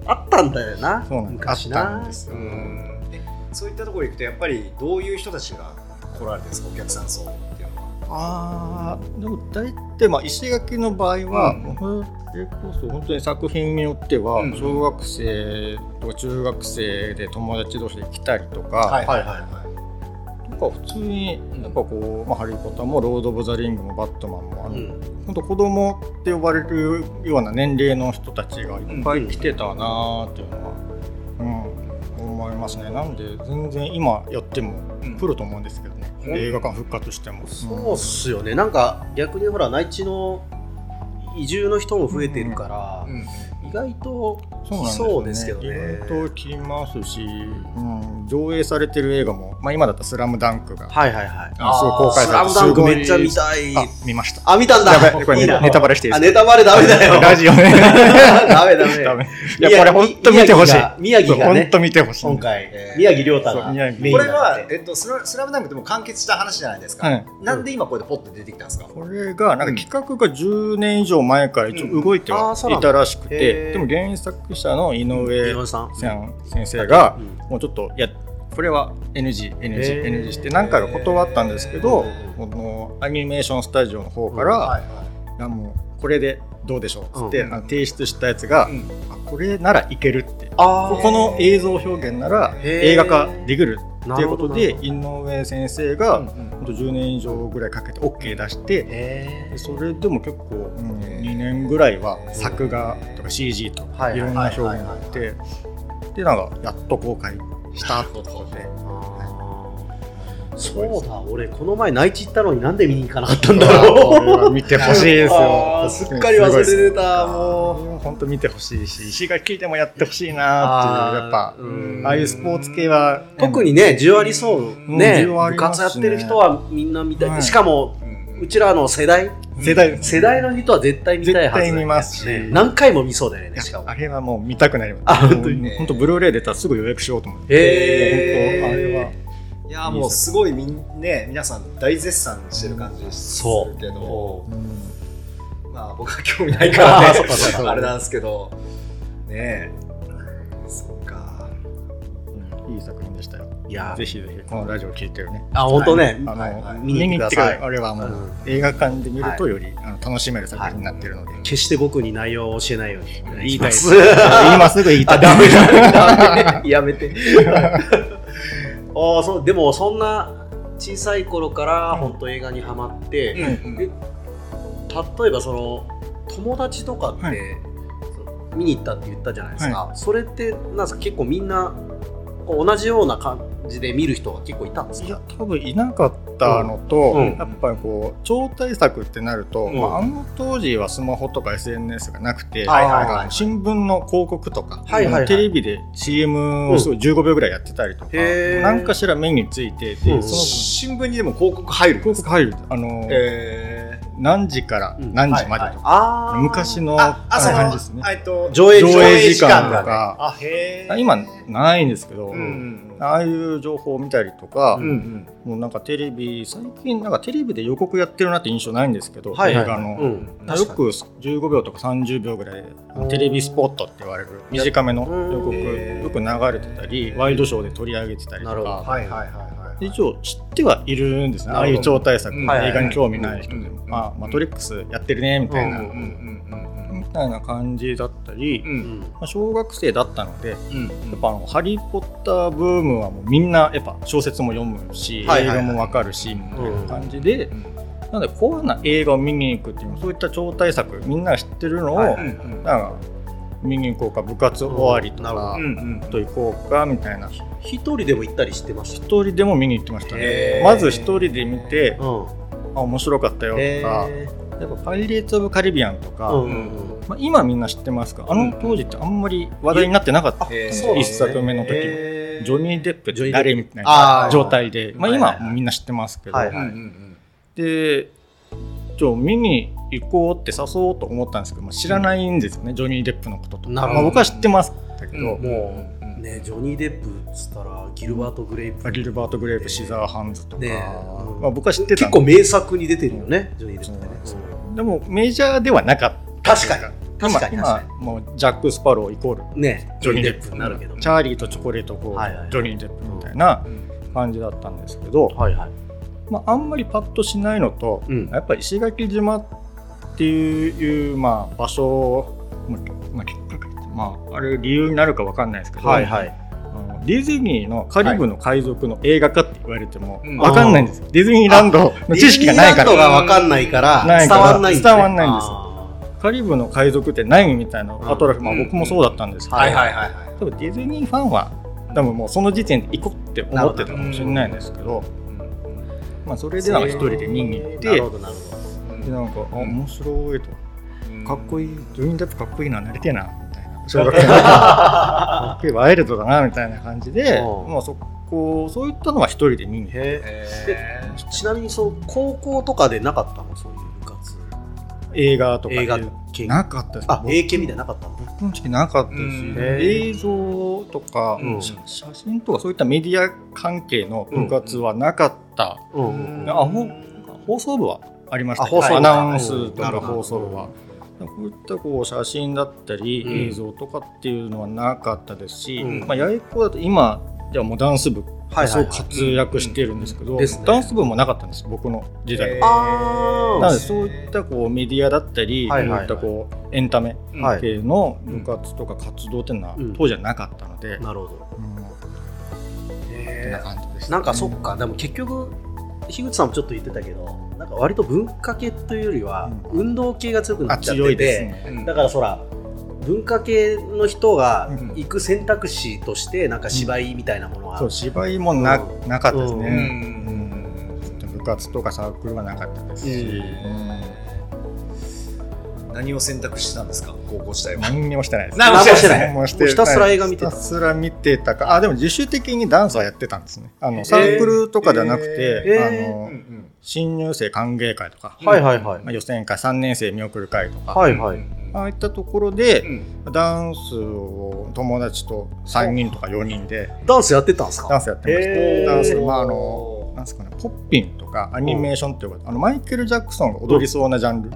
Speaker 2: あったんだよな
Speaker 4: そうなんです
Speaker 2: 昔
Speaker 4: あった
Speaker 2: なん
Speaker 4: です
Speaker 3: う
Speaker 4: よ、
Speaker 3: んえそういったところ行くとやっぱりどういう人たちが来られてるんですかお客さん層っていうのは
Speaker 4: あーでも大体、まあ、石垣の場合は、
Speaker 3: うん
Speaker 4: それこそ本当に作品によっては、
Speaker 3: うん
Speaker 4: 小学生とか中学生で友達同士で来たりとか、
Speaker 3: はいはいはい
Speaker 4: なんか普通になんかこう、まあ、ハリー・ポッターもロード・オブ・ザ・リングもバットマンも、あ
Speaker 2: う
Speaker 4: の
Speaker 2: ん
Speaker 4: 本当子供って呼ばれるような年齢の人たちがいっぱい来てたなーっていうのは、うん、思いますねなんで全然今やっても
Speaker 3: うん
Speaker 4: プロと思うんですけどね、
Speaker 2: うん
Speaker 4: 映画館復活しても
Speaker 2: そうっすよねなんか逆にほら内地の移住の人も増えてるから、
Speaker 3: うん
Speaker 2: 意外と
Speaker 4: そうなんですよ
Speaker 2: そうですけどね
Speaker 4: ね。意外と来ますし、うん、上映されてる映画も、まあ、今だったら「スラムダンクが、
Speaker 2: はいはいはい
Speaker 4: あすごい公
Speaker 2: 「ス
Speaker 4: 開
Speaker 2: ラ
Speaker 4: され
Speaker 2: ムダ
Speaker 4: て
Speaker 2: ンク
Speaker 4: ごい
Speaker 2: めっちゃ見たい
Speaker 4: あ見ました
Speaker 2: あ見たんだ
Speaker 4: やばいこれ
Speaker 2: いいな
Speaker 4: ネタバレしていい
Speaker 2: あ
Speaker 4: です
Speaker 2: ネタバレダメだ
Speaker 4: か
Speaker 2: よ
Speaker 4: ラジオね
Speaker 2: <laughs> ダメダメ
Speaker 4: ダメいやこれ本当見てほしい
Speaker 2: 宮城が
Speaker 4: 本
Speaker 2: ね
Speaker 4: 当見てほしい
Speaker 2: 今回、
Speaker 3: えー
Speaker 2: 宮城亮太が
Speaker 4: そ
Speaker 2: メ
Speaker 4: う宮
Speaker 2: イ
Speaker 4: 城
Speaker 2: ン
Speaker 3: こ
Speaker 2: な
Speaker 3: れは
Speaker 2: ん、で
Speaker 3: えっと、スラスラムダンクでも完結した話じゃないですか、
Speaker 4: はい
Speaker 3: なんで今こうやってポッと出てきたんですか、
Speaker 4: これがなんか企画が10年以上前から一応動いて
Speaker 2: うんあ
Speaker 4: は
Speaker 2: ーそうなん
Speaker 4: い
Speaker 2: だ
Speaker 4: たらしく
Speaker 2: へー
Speaker 4: て、でも原作者の井
Speaker 2: 井
Speaker 4: 上
Speaker 2: 上さん
Speaker 4: さん先生が
Speaker 2: うん
Speaker 4: もうちょっといやこれは NG、
Speaker 2: へ
Speaker 4: NG、
Speaker 2: ー
Speaker 4: NG して何回か断ったんですけど
Speaker 2: へー、
Speaker 4: このアニメーションスタジオの方か
Speaker 3: は
Speaker 4: ら、
Speaker 3: いはい
Speaker 4: いやもうこれでどうでしょうっつって、
Speaker 2: うん
Speaker 4: あの提出したやつが、
Speaker 3: うん
Speaker 4: あこれならいけるって、
Speaker 2: あー
Speaker 4: ここの映像表現なら
Speaker 2: へー
Speaker 4: 映画化できるっていうこと
Speaker 2: なる
Speaker 4: で
Speaker 2: ほ、
Speaker 4: 井上先生
Speaker 3: う
Speaker 4: が、
Speaker 3: ん
Speaker 4: ほんと10年以上ぐらいかけて OK 出して、
Speaker 2: え
Speaker 4: でそれでも結構、うん、2年ぐらいは作画とか CG と
Speaker 2: はい
Speaker 4: か
Speaker 2: はい
Speaker 4: いろんな表現があってでなんかやっと公開したってことで
Speaker 2: ーそうだ俺この前内地行ったのになんで見に行かなかったんだ
Speaker 4: これ
Speaker 2: ろう
Speaker 4: は見てほしいです
Speaker 2: あ
Speaker 4: よ
Speaker 2: ーすっかり忘れてたもう
Speaker 4: 本当見てほしいし石垣でもやってほしいなっていうやっぱ
Speaker 2: あーうん
Speaker 4: ああいうスポーツ系は
Speaker 2: 特にね10割そうね
Speaker 4: うん10あ
Speaker 2: 部
Speaker 4: ります
Speaker 2: 活
Speaker 4: ね
Speaker 2: やってる人はみんな見たい、
Speaker 4: はい
Speaker 2: しかも
Speaker 3: うん
Speaker 2: うちらの世代
Speaker 4: 世代
Speaker 2: 世代の人は絶対見たいはず
Speaker 4: 絶対見ますし
Speaker 2: ね何回も見そうだよねしかも
Speaker 4: あれはもう見たくなりま
Speaker 2: あ
Speaker 4: す
Speaker 2: 本当に
Speaker 3: ね
Speaker 4: 本当ブルーレイ出たらすぐ予約しようと思って
Speaker 2: へー
Speaker 4: 本当あれはい
Speaker 3: やもうすごいみんね皆さん大絶賛してる感じです
Speaker 2: そう
Speaker 3: けど
Speaker 2: おう
Speaker 3: まあ僕は興味ないから
Speaker 2: あー
Speaker 3: ね
Speaker 2: そっかそっかそっか
Speaker 3: <laughs> あれなんですけどねえそっか
Speaker 4: うんいい作品でしたよ
Speaker 2: いや
Speaker 4: ぜひぜひこのラジオ聞いてるね
Speaker 2: あ本当ね、
Speaker 4: あの、
Speaker 3: はいはい
Speaker 2: 見に行ってください
Speaker 4: 見に行あれはもう、
Speaker 2: うん
Speaker 4: 映画館で見るとより、あの楽しめる作品になってるので、
Speaker 2: 決して僕に内容を教えないようにお願いします
Speaker 4: 今すぐ言いた
Speaker 2: <laughs> あ
Speaker 4: い
Speaker 2: ダメダメダ
Speaker 4: <laughs>
Speaker 2: メやめて <laughs> ああそうでもそんな小さい頃から本当映画にはまって、
Speaker 3: うんうん
Speaker 2: え例えばその友達とかって、
Speaker 4: はい
Speaker 2: 見に行ったって言ったじゃないですか、それってなんですか結構みんなこう同じような感じで見る人が結構いたんです
Speaker 4: い
Speaker 2: か
Speaker 4: や多分いなかったのと、
Speaker 2: うんうん
Speaker 4: やっぱりこう超大作ってなると、
Speaker 2: うん
Speaker 4: まあ、あの当時はスマホとか SNS がなくて、
Speaker 2: はいはいはい
Speaker 4: なんか新聞の広告とか、
Speaker 2: はいはいはい
Speaker 4: テレビで CM をすごい15秒ぐらいやってたりとか、
Speaker 2: へー
Speaker 4: なんかしら目についてて、
Speaker 2: うん
Speaker 4: その
Speaker 3: 新聞にでも広告入る
Speaker 4: 広告入るあの、
Speaker 3: え
Speaker 4: 何時から何時までとか、
Speaker 2: あー
Speaker 4: 昔の
Speaker 3: あ、あ、そ
Speaker 4: 感
Speaker 3: の
Speaker 4: じですね、
Speaker 3: えっと、
Speaker 2: 上映時間
Speaker 3: 上映時間
Speaker 4: と
Speaker 3: がね。
Speaker 4: か、
Speaker 3: あ、へえ。
Speaker 4: 今ないんですけど、
Speaker 3: うん。
Speaker 4: ああいう情報を見たりとか、
Speaker 3: うんうん。
Speaker 4: もうなんかテレビ最近なんかテレビで予告やってるなって印象ないんですけど、
Speaker 2: はいはい
Speaker 4: 映画の、
Speaker 2: うん
Speaker 4: よく15秒とか30秒ぐらいテレビスポットって言われる短めの予告
Speaker 3: うん
Speaker 4: よく流れてたりワイドショーで取り上げてたり
Speaker 2: なる
Speaker 4: と
Speaker 2: ほど
Speaker 4: か
Speaker 3: はいはいはいはい。
Speaker 4: 一応知ってはいるんですねああいう超大作
Speaker 3: うん
Speaker 4: 映
Speaker 2: はいはい
Speaker 4: 画に興味ない人で
Speaker 3: う
Speaker 4: も
Speaker 3: ん
Speaker 4: まあ「マトリックス」やってるねみ
Speaker 3: うんう
Speaker 4: たい
Speaker 3: んう
Speaker 4: なん
Speaker 3: うん
Speaker 4: みたいな感じだったり
Speaker 3: う
Speaker 4: ま
Speaker 3: ん。う。
Speaker 2: うんん
Speaker 4: あ小学生だったのでや
Speaker 3: うん。
Speaker 4: っぱあの「ハリー・ポッター」ブームはもうみんなやっぱ小説も読むし
Speaker 3: はい
Speaker 4: 映
Speaker 3: はいは
Speaker 4: 画
Speaker 3: い
Speaker 4: もわかるしみたいな感じで
Speaker 3: うん
Speaker 4: なのでこういうような映画を見に行くっていうのはそういった超大作みんなが知ってるのを
Speaker 3: うんうん
Speaker 4: なんか見に行こうか部活終わりと
Speaker 2: なるほ
Speaker 4: か、
Speaker 2: ど
Speaker 3: うんうん
Speaker 4: と行こうかみたいな
Speaker 2: 一人でも行ったりしてまし
Speaker 4: 一人でも見に行ってました
Speaker 3: へ
Speaker 4: ね
Speaker 3: ー
Speaker 4: まず一人で見て
Speaker 2: た。うん。
Speaker 4: あ面白かったよとか
Speaker 2: へ
Speaker 4: や
Speaker 2: え。
Speaker 4: っぱ「パイレーツ・オブ・カリビアン」とか、
Speaker 2: うんうん
Speaker 4: まあ、今みんな知ってますかあの当時ってあんまり話題になってなかった、
Speaker 3: へー
Speaker 2: そうなん
Speaker 4: 一
Speaker 2: ですね
Speaker 4: 作目の時
Speaker 2: へー
Speaker 4: ジョニー・デップ
Speaker 2: ジョニー
Speaker 4: 誰みたい
Speaker 2: あ
Speaker 4: な
Speaker 2: ー
Speaker 4: 状態で、まあ、
Speaker 3: はい
Speaker 4: 今
Speaker 3: はい
Speaker 4: はもうみんな知ってますけど、
Speaker 2: はい
Speaker 3: うんうんうん
Speaker 4: でちょ見に行こうって誘おうと思ったんですけど、まあ、知らないんですよね、ジョニー・デップのこととか、
Speaker 2: なるほ
Speaker 4: ま
Speaker 2: ど
Speaker 4: あ、僕は知ってますけど、
Speaker 3: うん
Speaker 2: もう、
Speaker 3: うん
Speaker 2: ねジョニー・デップっつったらギルバート・グレイプ
Speaker 4: ギルバート・グレープ、シザーハンズとか、
Speaker 2: ねうん
Speaker 4: まあ、僕は知って
Speaker 2: 結
Speaker 4: たんで
Speaker 2: 構名作に出てるよね、ジョニー・デップってね
Speaker 4: そうでもメジャーではなかった
Speaker 2: 確かに
Speaker 4: 今
Speaker 2: 確かに確か
Speaker 4: 今もうジャック・スパローイコール
Speaker 2: にね
Speaker 4: ジョニーデップ
Speaker 2: になるけど
Speaker 4: チャーリーとチョコレートこう、
Speaker 2: はいはい
Speaker 4: ジョニー・デップみたいな感じだったんですけど、
Speaker 2: はいはい
Speaker 4: まあ、あんまりパッとしないのと、
Speaker 2: うん
Speaker 4: やっぱり石垣島っていう、まあ、場所まあまあ、きっかけまあ、あれ理由になるかわかんないですけど、
Speaker 2: はいはい
Speaker 4: あのディズニーのカリブの海賊の映画化って言われても
Speaker 3: うん
Speaker 4: わかんないんですよ、ディズニーランドの知識がないか
Speaker 2: ディ
Speaker 4: ら
Speaker 2: ズニーランドが分かんないから
Speaker 4: ない
Speaker 2: 伝
Speaker 4: から
Speaker 2: わんない
Speaker 4: 伝わんないんですよ
Speaker 2: あ
Speaker 4: カリブの海賊って何みたいなアトラクション、
Speaker 3: うん
Speaker 4: まあ、僕もそうだったんですけど、
Speaker 3: はいはいはいはい。
Speaker 4: 多分ディズニーファンは多分もうその時点で行こうって思ってたかもしれないんですけど、まあ、それでなんか一人で見に行っ
Speaker 2: ー
Speaker 4: て
Speaker 2: な
Speaker 4: で
Speaker 2: るほどなるほ
Speaker 4: なんかあ面白いとかっこいいジョニー・デップかっこいいななりてえなみた
Speaker 2: <laughs>
Speaker 4: いな小学生の時かっこいいワイルドだなみたいな感じ
Speaker 2: <laughs>
Speaker 4: で、
Speaker 2: うん
Speaker 4: まあ、そこそういったのは一人で見に
Speaker 2: ど
Speaker 4: 行っ
Speaker 2: へえ
Speaker 3: へー
Speaker 2: ちなみにそう高校とかでなかったのそういう部活
Speaker 4: 映画とかで
Speaker 2: 映画系
Speaker 4: なかったです
Speaker 2: あ
Speaker 4: 僕
Speaker 2: 英系みたいなのなかったの
Speaker 4: 僕の時なかったし、
Speaker 3: うん
Speaker 4: 映像とか、
Speaker 2: うん
Speaker 4: 写写真とかそういったメディア関係の部活はなかった、
Speaker 2: うん
Speaker 3: うん
Speaker 4: あほん放送部はありましたけど
Speaker 2: あ放送
Speaker 4: ア
Speaker 2: 部
Speaker 4: ナ
Speaker 2: か
Speaker 4: ウンスと
Speaker 2: なる
Speaker 4: か
Speaker 2: ほど
Speaker 4: 放送部は。こういったこう写真だった
Speaker 2: うん
Speaker 4: り映像とかっていうのはなかったですし、
Speaker 2: うん
Speaker 4: まあ、八重子だと今ではもうダンス部
Speaker 2: はい
Speaker 4: すご
Speaker 2: はい
Speaker 4: く活躍してるんですけど、
Speaker 2: うんですね
Speaker 4: ダンス部もなかったんです僕の時代は。
Speaker 2: あー
Speaker 4: なのでそういったこうメディアだったり、
Speaker 2: はいはいはい
Speaker 4: そういったこうエンタメ
Speaker 2: はい
Speaker 4: 系の部活とか活動っていうのは
Speaker 2: うん
Speaker 4: 当時はなかったので、
Speaker 2: なるほど
Speaker 4: うんこん
Speaker 2: へ
Speaker 4: な感じで
Speaker 2: え
Speaker 4: す、
Speaker 2: なんかそっかでも結局樋口さんもちょっと言ってたけどなんか割と文化系というよりは運動系が強くな
Speaker 4: あ
Speaker 2: っちゃっ
Speaker 4: 強
Speaker 2: て
Speaker 4: いです
Speaker 2: て
Speaker 4: ね。
Speaker 2: だからそら文化系の人が
Speaker 4: うん
Speaker 2: 行く選択肢としてなんか芝居みたいなものが
Speaker 4: そう芝居もな,、
Speaker 2: う
Speaker 4: なかったです
Speaker 3: う
Speaker 4: ね、
Speaker 3: ん
Speaker 4: 部活とかサークルはなかったですし、うん
Speaker 3: 何を選択したんですか高校時代は。
Speaker 4: 何にもしてないです
Speaker 3: 何もしてない
Speaker 4: 何もして
Speaker 2: もうひたすら映画見て
Speaker 4: ひ
Speaker 2: た
Speaker 4: たすら見てたかあでも自主的にダンスはやってたんですねあのサークルとかではなくて、
Speaker 2: えーえー
Speaker 4: あの新入生歓迎会とか、
Speaker 2: はいはいはい
Speaker 4: まあ、予選会3年生見送る会とか、
Speaker 2: はいはい
Speaker 4: ああいったところでダンスを友達と3人とか4人で
Speaker 2: ダンスやってたんです
Speaker 4: ダン
Speaker 2: か
Speaker 4: スやってました、
Speaker 2: へー
Speaker 4: ダンスまああのなんですかねポッピンとかアニメーションっていうかあのマイケル・ジャクソンが踊りそうなジャンル、
Speaker 2: へ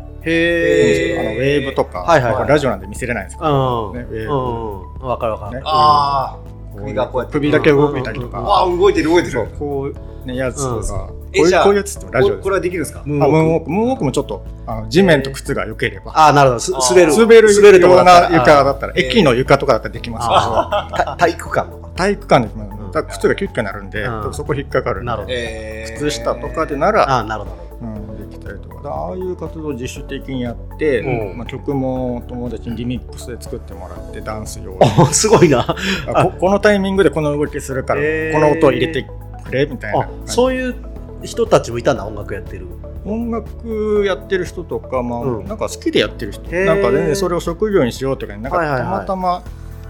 Speaker 4: あのウェーブとか、
Speaker 2: はいはいはい
Speaker 4: まあラジオなんで見せれないんですけど
Speaker 2: うん
Speaker 4: ねウェーブ
Speaker 2: うんわかるわかる
Speaker 4: ね
Speaker 3: ああ、首がこうやって
Speaker 4: 首だけ動いたりと
Speaker 2: うん
Speaker 3: あ
Speaker 4: か、
Speaker 3: あ動いてる動いて
Speaker 4: そう
Speaker 3: る。
Speaker 4: こうねやつとか、こう
Speaker 3: えじ
Speaker 4: い
Speaker 3: ゃ
Speaker 4: う
Speaker 3: あ
Speaker 4: こういうやつってもラジオです
Speaker 3: これはできるんですか。
Speaker 2: ム
Speaker 4: あ
Speaker 2: ー
Speaker 4: ム
Speaker 2: ンウ
Speaker 4: ー
Speaker 2: ォーク
Speaker 4: ンウォークムーンウォークもちょっとあの地面と靴が良ければ、
Speaker 2: ああなるほどす滑る
Speaker 4: 滑る
Speaker 2: 滑るとこ
Speaker 4: よ
Speaker 2: だった
Speaker 4: うな
Speaker 2: ら
Speaker 4: 床だったら、
Speaker 3: えー
Speaker 4: 駅の床とかだったらできますけど <laughs>
Speaker 2: あーた体育館とか
Speaker 4: 体育館でも
Speaker 2: うん
Speaker 4: だから靴がキュッキュになるんで、
Speaker 2: うん
Speaker 4: そこ引っかかるんで
Speaker 2: なるほど
Speaker 3: えー
Speaker 4: 靴下とかでなら、
Speaker 2: ああなるほど
Speaker 4: うん、できたりとかだからああいう活動を自主的にやって、
Speaker 2: うん
Speaker 4: まあ、曲も友達にリミックスで作ってもらってダンス用に
Speaker 2: お <laughs> すごいな
Speaker 4: あこ <laughs> このタイミングでこの動きするから、
Speaker 2: えー
Speaker 4: この音を入れてくれみたいな
Speaker 2: あ
Speaker 4: 感じ
Speaker 2: そういう人たちもいたんだ音楽やってる
Speaker 4: 音楽やってる人とか、まあ
Speaker 2: うん
Speaker 4: なんか好きでやってる人
Speaker 2: へー
Speaker 4: なんか全然それを職業にしようとかなんか
Speaker 2: はいはい
Speaker 4: た
Speaker 2: はい
Speaker 4: またま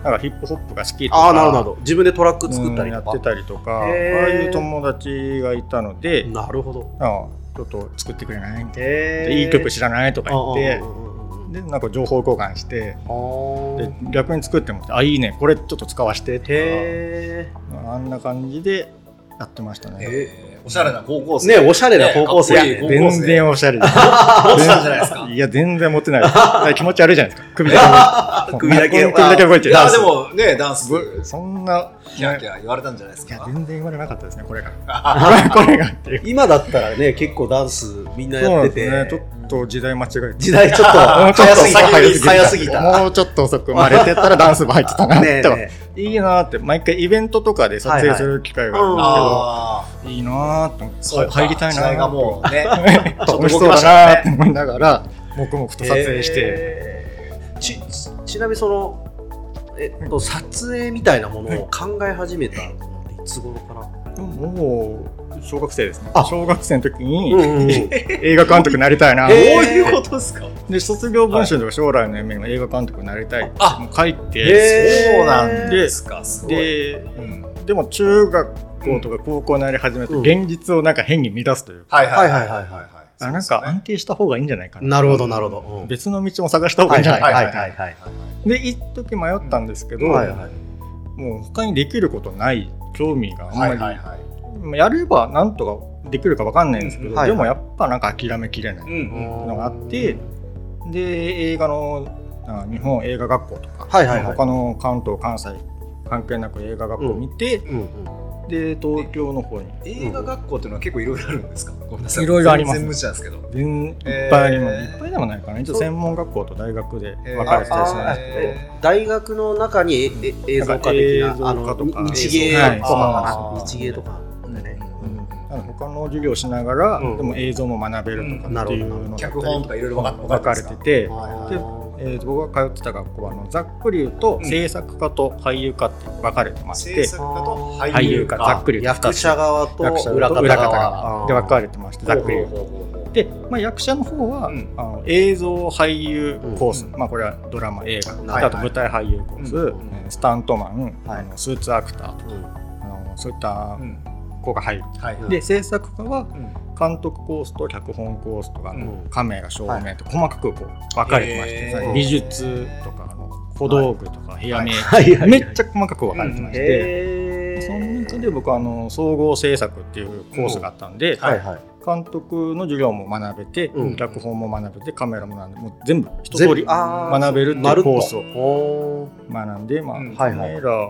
Speaker 4: なんかヒップホップが好きとか
Speaker 2: ああなるほど自分でトラック作ったり
Speaker 4: うんや
Speaker 2: と
Speaker 4: って
Speaker 2: か
Speaker 4: たりとかああ
Speaker 2: へー
Speaker 4: いう友達がいたので
Speaker 2: なるほど
Speaker 4: ああちょっと作ってくれない
Speaker 2: え
Speaker 4: でいい曲知らないとか言って
Speaker 2: うんうんうんうん
Speaker 4: でなんか情報交換して
Speaker 2: あー
Speaker 4: で逆に作ってもらってあいいねこれちょっと使わせてと
Speaker 2: へ
Speaker 4: かあんな感じでやってましたね
Speaker 3: えーおしゃれな高校
Speaker 2: え。
Speaker 3: 生。
Speaker 2: ねおしゃれな高校生
Speaker 3: ねかっこいい高校
Speaker 4: 全
Speaker 3: 生
Speaker 4: 然おしゃれです
Speaker 3: 持ってたんじゃないですか。
Speaker 4: いや全然持っ
Speaker 3: <laughs>
Speaker 4: てないですだから気持ち悪いじゃないですか首だけ
Speaker 3: 首だけ
Speaker 4: <laughs> 首だけ動いて
Speaker 3: い
Speaker 4: る
Speaker 3: や、でもね、ダンス、
Speaker 4: ぶそんな
Speaker 3: キャーキャー言われたんじゃないです
Speaker 4: いや
Speaker 3: か。
Speaker 4: 全然言われなかったですねこれがこれこれがっていう
Speaker 2: 今だったらね結構ダンスみんな
Speaker 4: そう
Speaker 2: や
Speaker 4: な
Speaker 2: っ
Speaker 4: ん
Speaker 2: てて、
Speaker 4: ですねちょっと時代間違えて
Speaker 2: 時代ちょっと
Speaker 4: <laughs> もうちょっ
Speaker 2: 早
Speaker 4: と
Speaker 2: すぎた
Speaker 3: 先に
Speaker 2: 早すぎた
Speaker 4: もうちょっと遅く生まれてたらダンス部入って
Speaker 3: <laughs>
Speaker 4: たなっ
Speaker 2: ねえ
Speaker 4: て
Speaker 2: ね
Speaker 4: いいなーって毎回イベントとかで撮影する機会があ
Speaker 3: ああ、
Speaker 4: るんですけど、いいなーって思って
Speaker 3: そうか。
Speaker 4: 入りたい
Speaker 3: 時代
Speaker 4: な
Speaker 3: が
Speaker 4: <laughs> ーっ
Speaker 3: もうね、
Speaker 4: て楽しそうだなーって思いながら黙々と撮影して、
Speaker 2: えーちちなみにそのえっと撮影みたいなものを考え始めたのっていつ頃かな
Speaker 4: もう小学生ですね
Speaker 2: あ
Speaker 4: 小学生の時に、
Speaker 2: うんうんうん
Speaker 4: 映画監督になりたいなー、
Speaker 3: どう
Speaker 2: え
Speaker 3: いうことですか
Speaker 4: で卒業文集では将来の夢が映画監督になりたいってもう書いて、
Speaker 2: へー
Speaker 3: そうなんですか、すごい。
Speaker 4: で
Speaker 3: うん
Speaker 4: でも中学校とか高校になり始めて
Speaker 2: うん
Speaker 4: 現実をなんか変に乱すというか、
Speaker 3: はいは
Speaker 2: はい
Speaker 3: いは
Speaker 2: はいは
Speaker 3: い
Speaker 2: いは
Speaker 3: はいい。
Speaker 4: あなんか安定した方がいいんじゃないかな
Speaker 2: <laughs> なるほどなるほど、うん
Speaker 4: 別の道も探した方がいいんじゃないか
Speaker 2: は
Speaker 4: な、
Speaker 2: いはいはいはい
Speaker 4: で一時迷ったんですけど、
Speaker 2: はいはい
Speaker 4: もう他にできることない興味があんま
Speaker 3: は
Speaker 4: り、
Speaker 3: いはいはい。
Speaker 4: まあやればなんとかできるかわかんないんですけど、
Speaker 2: うんはい
Speaker 4: でもやっぱなんか諦めきれな
Speaker 3: う
Speaker 4: い
Speaker 3: ん
Speaker 4: のがあって、で映画のあ日本映画学校とか、
Speaker 2: はいはいはい
Speaker 4: 他の関東関西関係なく映画学校を見て、
Speaker 2: うんうん
Speaker 4: で東京の方に
Speaker 3: 映画学校っていうのは結構いろいろあるんですかごめんなさい。
Speaker 4: いろいろあります
Speaker 3: 全部知らんですけど。
Speaker 4: 全いっ
Speaker 3: えー
Speaker 4: ぱいあります、いっぱいでもないかな一応専門学校と大学で分かれてですね、
Speaker 2: ああ
Speaker 3: えー
Speaker 2: 大学の中にええ映像化的
Speaker 4: なんか映像
Speaker 2: な、あ
Speaker 4: 化とか
Speaker 2: の日日芸
Speaker 4: はい
Speaker 2: とか
Speaker 3: そうなん
Speaker 2: かな、
Speaker 3: です
Speaker 2: 日
Speaker 3: よ
Speaker 2: 芸とかでね、
Speaker 4: あの他の授業しながら、
Speaker 2: うん
Speaker 4: でも映像も学べるとかっていうのが
Speaker 3: 脚本とかいろいろ分
Speaker 4: 分
Speaker 3: か
Speaker 4: か
Speaker 3: れ
Speaker 4: れ
Speaker 3: て
Speaker 4: て
Speaker 3: て。
Speaker 4: て、
Speaker 2: あー
Speaker 4: えーと僕が通ってた学校はあのざっくり言うと
Speaker 3: ん
Speaker 4: 制作家と俳優家って分かれてまし
Speaker 3: 制
Speaker 4: て、
Speaker 3: 作家と
Speaker 4: 俳
Speaker 3: 俳
Speaker 4: 優
Speaker 3: 優
Speaker 4: 家
Speaker 3: 家。
Speaker 4: ざっくり言うと
Speaker 2: 役者側と
Speaker 4: 役者と
Speaker 2: 裏方
Speaker 4: 裏方
Speaker 2: 側
Speaker 4: 側で分か
Speaker 2: る
Speaker 4: れてましてざっくり言う
Speaker 3: ほうほうほうほう
Speaker 4: で、まあ、役者の方は、
Speaker 3: うん
Speaker 4: あの映像俳優コース、
Speaker 3: うん
Speaker 4: まあ、これはドラマ映画、
Speaker 2: はい
Speaker 4: あと舞台俳優コース、
Speaker 3: う
Speaker 4: えースタントマン、
Speaker 2: はい
Speaker 4: あのスーツアクターとあのそういった
Speaker 3: うん
Speaker 4: 子が入る、
Speaker 3: はいはい
Speaker 4: で制作家は
Speaker 3: うん
Speaker 4: 監督コースと脚本コースとかの
Speaker 2: うん
Speaker 4: カメラ照明と細かくこう分かれてまして、
Speaker 3: へー
Speaker 4: その美術とかあの小道具とか部屋名、
Speaker 2: はいはい
Speaker 4: めっちゃ細かく分かれてまして、
Speaker 2: へ
Speaker 4: その中で僕はあの総合制作っていうコースがあったんで、
Speaker 2: はいはい
Speaker 4: 監督の授業も学べて、
Speaker 2: うん
Speaker 4: 脚本も学べてカメラも学んでもう全部一通
Speaker 2: 全部
Speaker 4: り
Speaker 2: あー
Speaker 4: 学べるっていう
Speaker 2: まっと
Speaker 4: コースを
Speaker 2: お
Speaker 4: 学んで、まあ
Speaker 3: うん
Speaker 2: はい
Speaker 4: カ
Speaker 2: はい
Speaker 4: メラ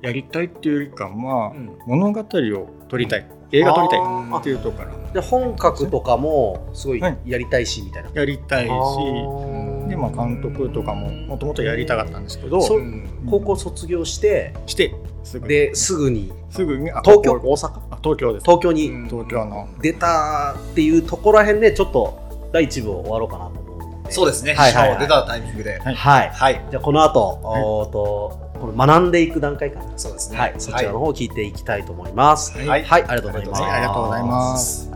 Speaker 4: やりたいっていうよりかまあ、
Speaker 3: うん
Speaker 4: 物語を撮りたい映画撮りたいっていうところから
Speaker 2: ーで本格とかもすごい
Speaker 4: はい
Speaker 2: やりたいしみたいな、
Speaker 4: やりたいし
Speaker 2: あー
Speaker 4: で、まあ、監督とかももともとやりたかったんですけど
Speaker 2: そ
Speaker 3: うん
Speaker 2: う高校卒業して
Speaker 4: してすぐに
Speaker 2: ですぐに
Speaker 4: すぐにあ
Speaker 2: 東京
Speaker 4: 高校
Speaker 2: 大阪
Speaker 4: あ東京です
Speaker 2: 東京
Speaker 3: う
Speaker 2: に
Speaker 3: ん
Speaker 4: 東京の
Speaker 2: 出たっていうところらへんでちょっと第一部を終わろうかなと思うん
Speaker 3: そうですね。
Speaker 2: はいはい
Speaker 3: しかも
Speaker 2: はい
Speaker 3: 出たタイミングで。
Speaker 4: はい
Speaker 2: はい
Speaker 3: はい。
Speaker 2: じゃあこの後、
Speaker 4: はい
Speaker 2: おーとこの学んでいく段階かな
Speaker 3: そうですね。
Speaker 2: はい、そちらの方を聞いていきたいと思います。はい、ありがとうございます。
Speaker 4: はいありがとうございます
Speaker 3: す。